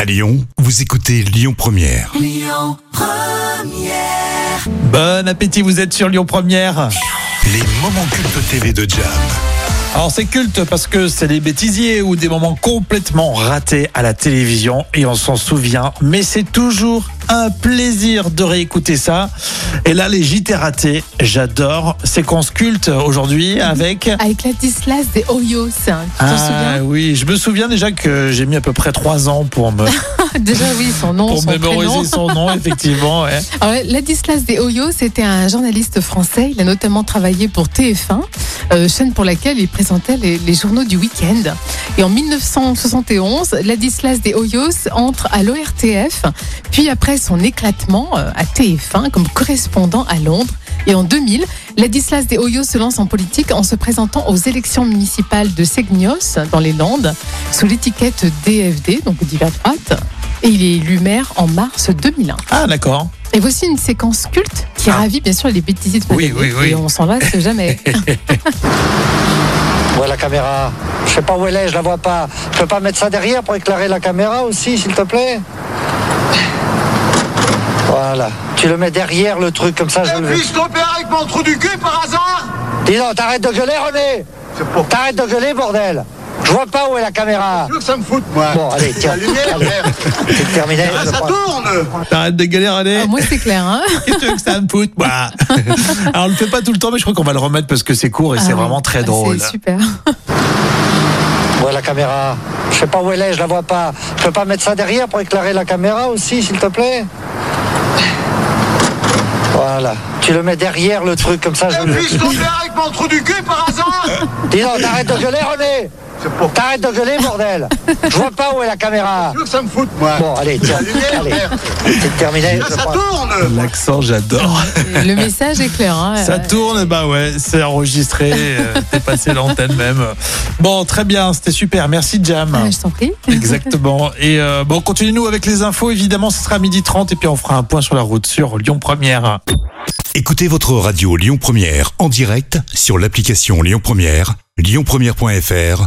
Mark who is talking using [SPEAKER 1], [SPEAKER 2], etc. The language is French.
[SPEAKER 1] À Lyon, vous écoutez Lyon Première.
[SPEAKER 2] Bon appétit, vous êtes sur Lyon Première.
[SPEAKER 1] Les moments cultes TV de Jam.
[SPEAKER 2] Alors c'est culte parce que c'est des bêtisiers ou des moments complètement ratés à la télévision et on s'en souvient. Mais c'est toujours un plaisir de réécouter ça. Et là les JT ratés, j'adore. Séquence culte aujourd'hui avec...
[SPEAKER 3] Avec la dislas des Oreos. Tu Ah, t'en
[SPEAKER 2] Ah oui, je me souviens déjà que j'ai mis à peu près trois ans pour me
[SPEAKER 3] souviens Déjà, oui, son nom,
[SPEAKER 2] pour
[SPEAKER 3] son prénom.
[SPEAKER 2] mémoriser son nom effectivement. ouais.
[SPEAKER 3] Alors, Ladislas des Oyo, c'était un journaliste français. Il a notamment travaillé pour TF1, euh, chaîne pour laquelle il présentait les, les journaux du week-end. Et en 1971, Ladislas des Hoyos entre à l'ORTF, puis après son éclatement euh, à TF1 comme correspondant à Londres. Et en 2000, Ladislas des Hoyos se lance en politique en se présentant aux élections municipales de Segnos, dans les Landes, sous l'étiquette DFD, donc divers droite. Et il est élu maire en mars 2001.
[SPEAKER 2] Ah d'accord.
[SPEAKER 3] Et voici une séquence culte qui
[SPEAKER 2] Ah.
[SPEAKER 3] ravit bien sûr les bêtisiers de
[SPEAKER 2] Oui,
[SPEAKER 3] Madame.
[SPEAKER 2] oui, oui.
[SPEAKER 3] Et on s'en lasse jamais.
[SPEAKER 4] Où est la caméra Je sais pas où elle est, je la vois pas. Tu peux pas mettre ça derrière pour éclairer la caméra aussi, s'il te plaît Voilà. Tu le mets derrière le truc, comme ça je le
[SPEAKER 5] puis-je t'opérer avec mon trou du cul par hasard
[SPEAKER 4] Dis non, t'arrêtes de gueuler, René T'arrêtes de gueuler, bordel Je vois pas où est la caméra
[SPEAKER 5] Tu veux que ça me foute, moi
[SPEAKER 4] Bon, allez, tiens.
[SPEAKER 5] La lumière,
[SPEAKER 4] Allez,
[SPEAKER 5] merde.
[SPEAKER 4] C'est terminé.
[SPEAKER 5] Ah,
[SPEAKER 4] je
[SPEAKER 5] ça
[SPEAKER 4] prends.
[SPEAKER 5] tourne
[SPEAKER 2] Arrête de galérer allez.
[SPEAKER 3] Au moins c'est clair. Hein
[SPEAKER 2] Et tu veux que ça me foute, moi. Alors, on le fait pas tout le temps, mais je crois qu'on va le remettre parce que c'est court et c'est
[SPEAKER 3] Ah,
[SPEAKER 2] vraiment très
[SPEAKER 3] ah,
[SPEAKER 2] drôle.
[SPEAKER 3] C'est super.
[SPEAKER 4] Où est la caméra Je sais pas où elle est, je la vois pas. Tu peux pas mettre ça derrière pour éclairer la caméra aussi, s'il te plaît Voilà. Tu le mets derrière le truc, comme ça je
[SPEAKER 5] Et
[SPEAKER 4] le
[SPEAKER 5] puis-je t'opérer avec mon trou du cul par hasard
[SPEAKER 4] Dis donc, t'arrêtes de gueuler, René T'arrêtes de gueuler, bordel Je vois pas où est la caméra
[SPEAKER 5] Tu veux que ça me foute, moi
[SPEAKER 4] Bon, allez, tiens,
[SPEAKER 5] La lumière,
[SPEAKER 4] allez,
[SPEAKER 5] merde.
[SPEAKER 4] c'est terminé.
[SPEAKER 5] Ah,
[SPEAKER 4] je
[SPEAKER 5] ça
[SPEAKER 4] prends.
[SPEAKER 5] tourne
[SPEAKER 2] L'accent, j'adore.
[SPEAKER 3] Et Le message est clair. Hein
[SPEAKER 2] Ça
[SPEAKER 3] Euh,
[SPEAKER 2] tourne, bah ouais, c'est enregistré, euh, t'es passé l'antenne même. Bon, très bien, c'était super, merci Jam.
[SPEAKER 3] ah, Je t'en prie.
[SPEAKER 2] Exactement. Et euh, bon, continuez-nous avec les infos, évidemment, ce sera à midi 30 et puis on fera un point sur la route sur Lyon Première.
[SPEAKER 1] Écoutez votre radio Lyon Première en direct sur l'application Lyon Première, lyonpremière.fr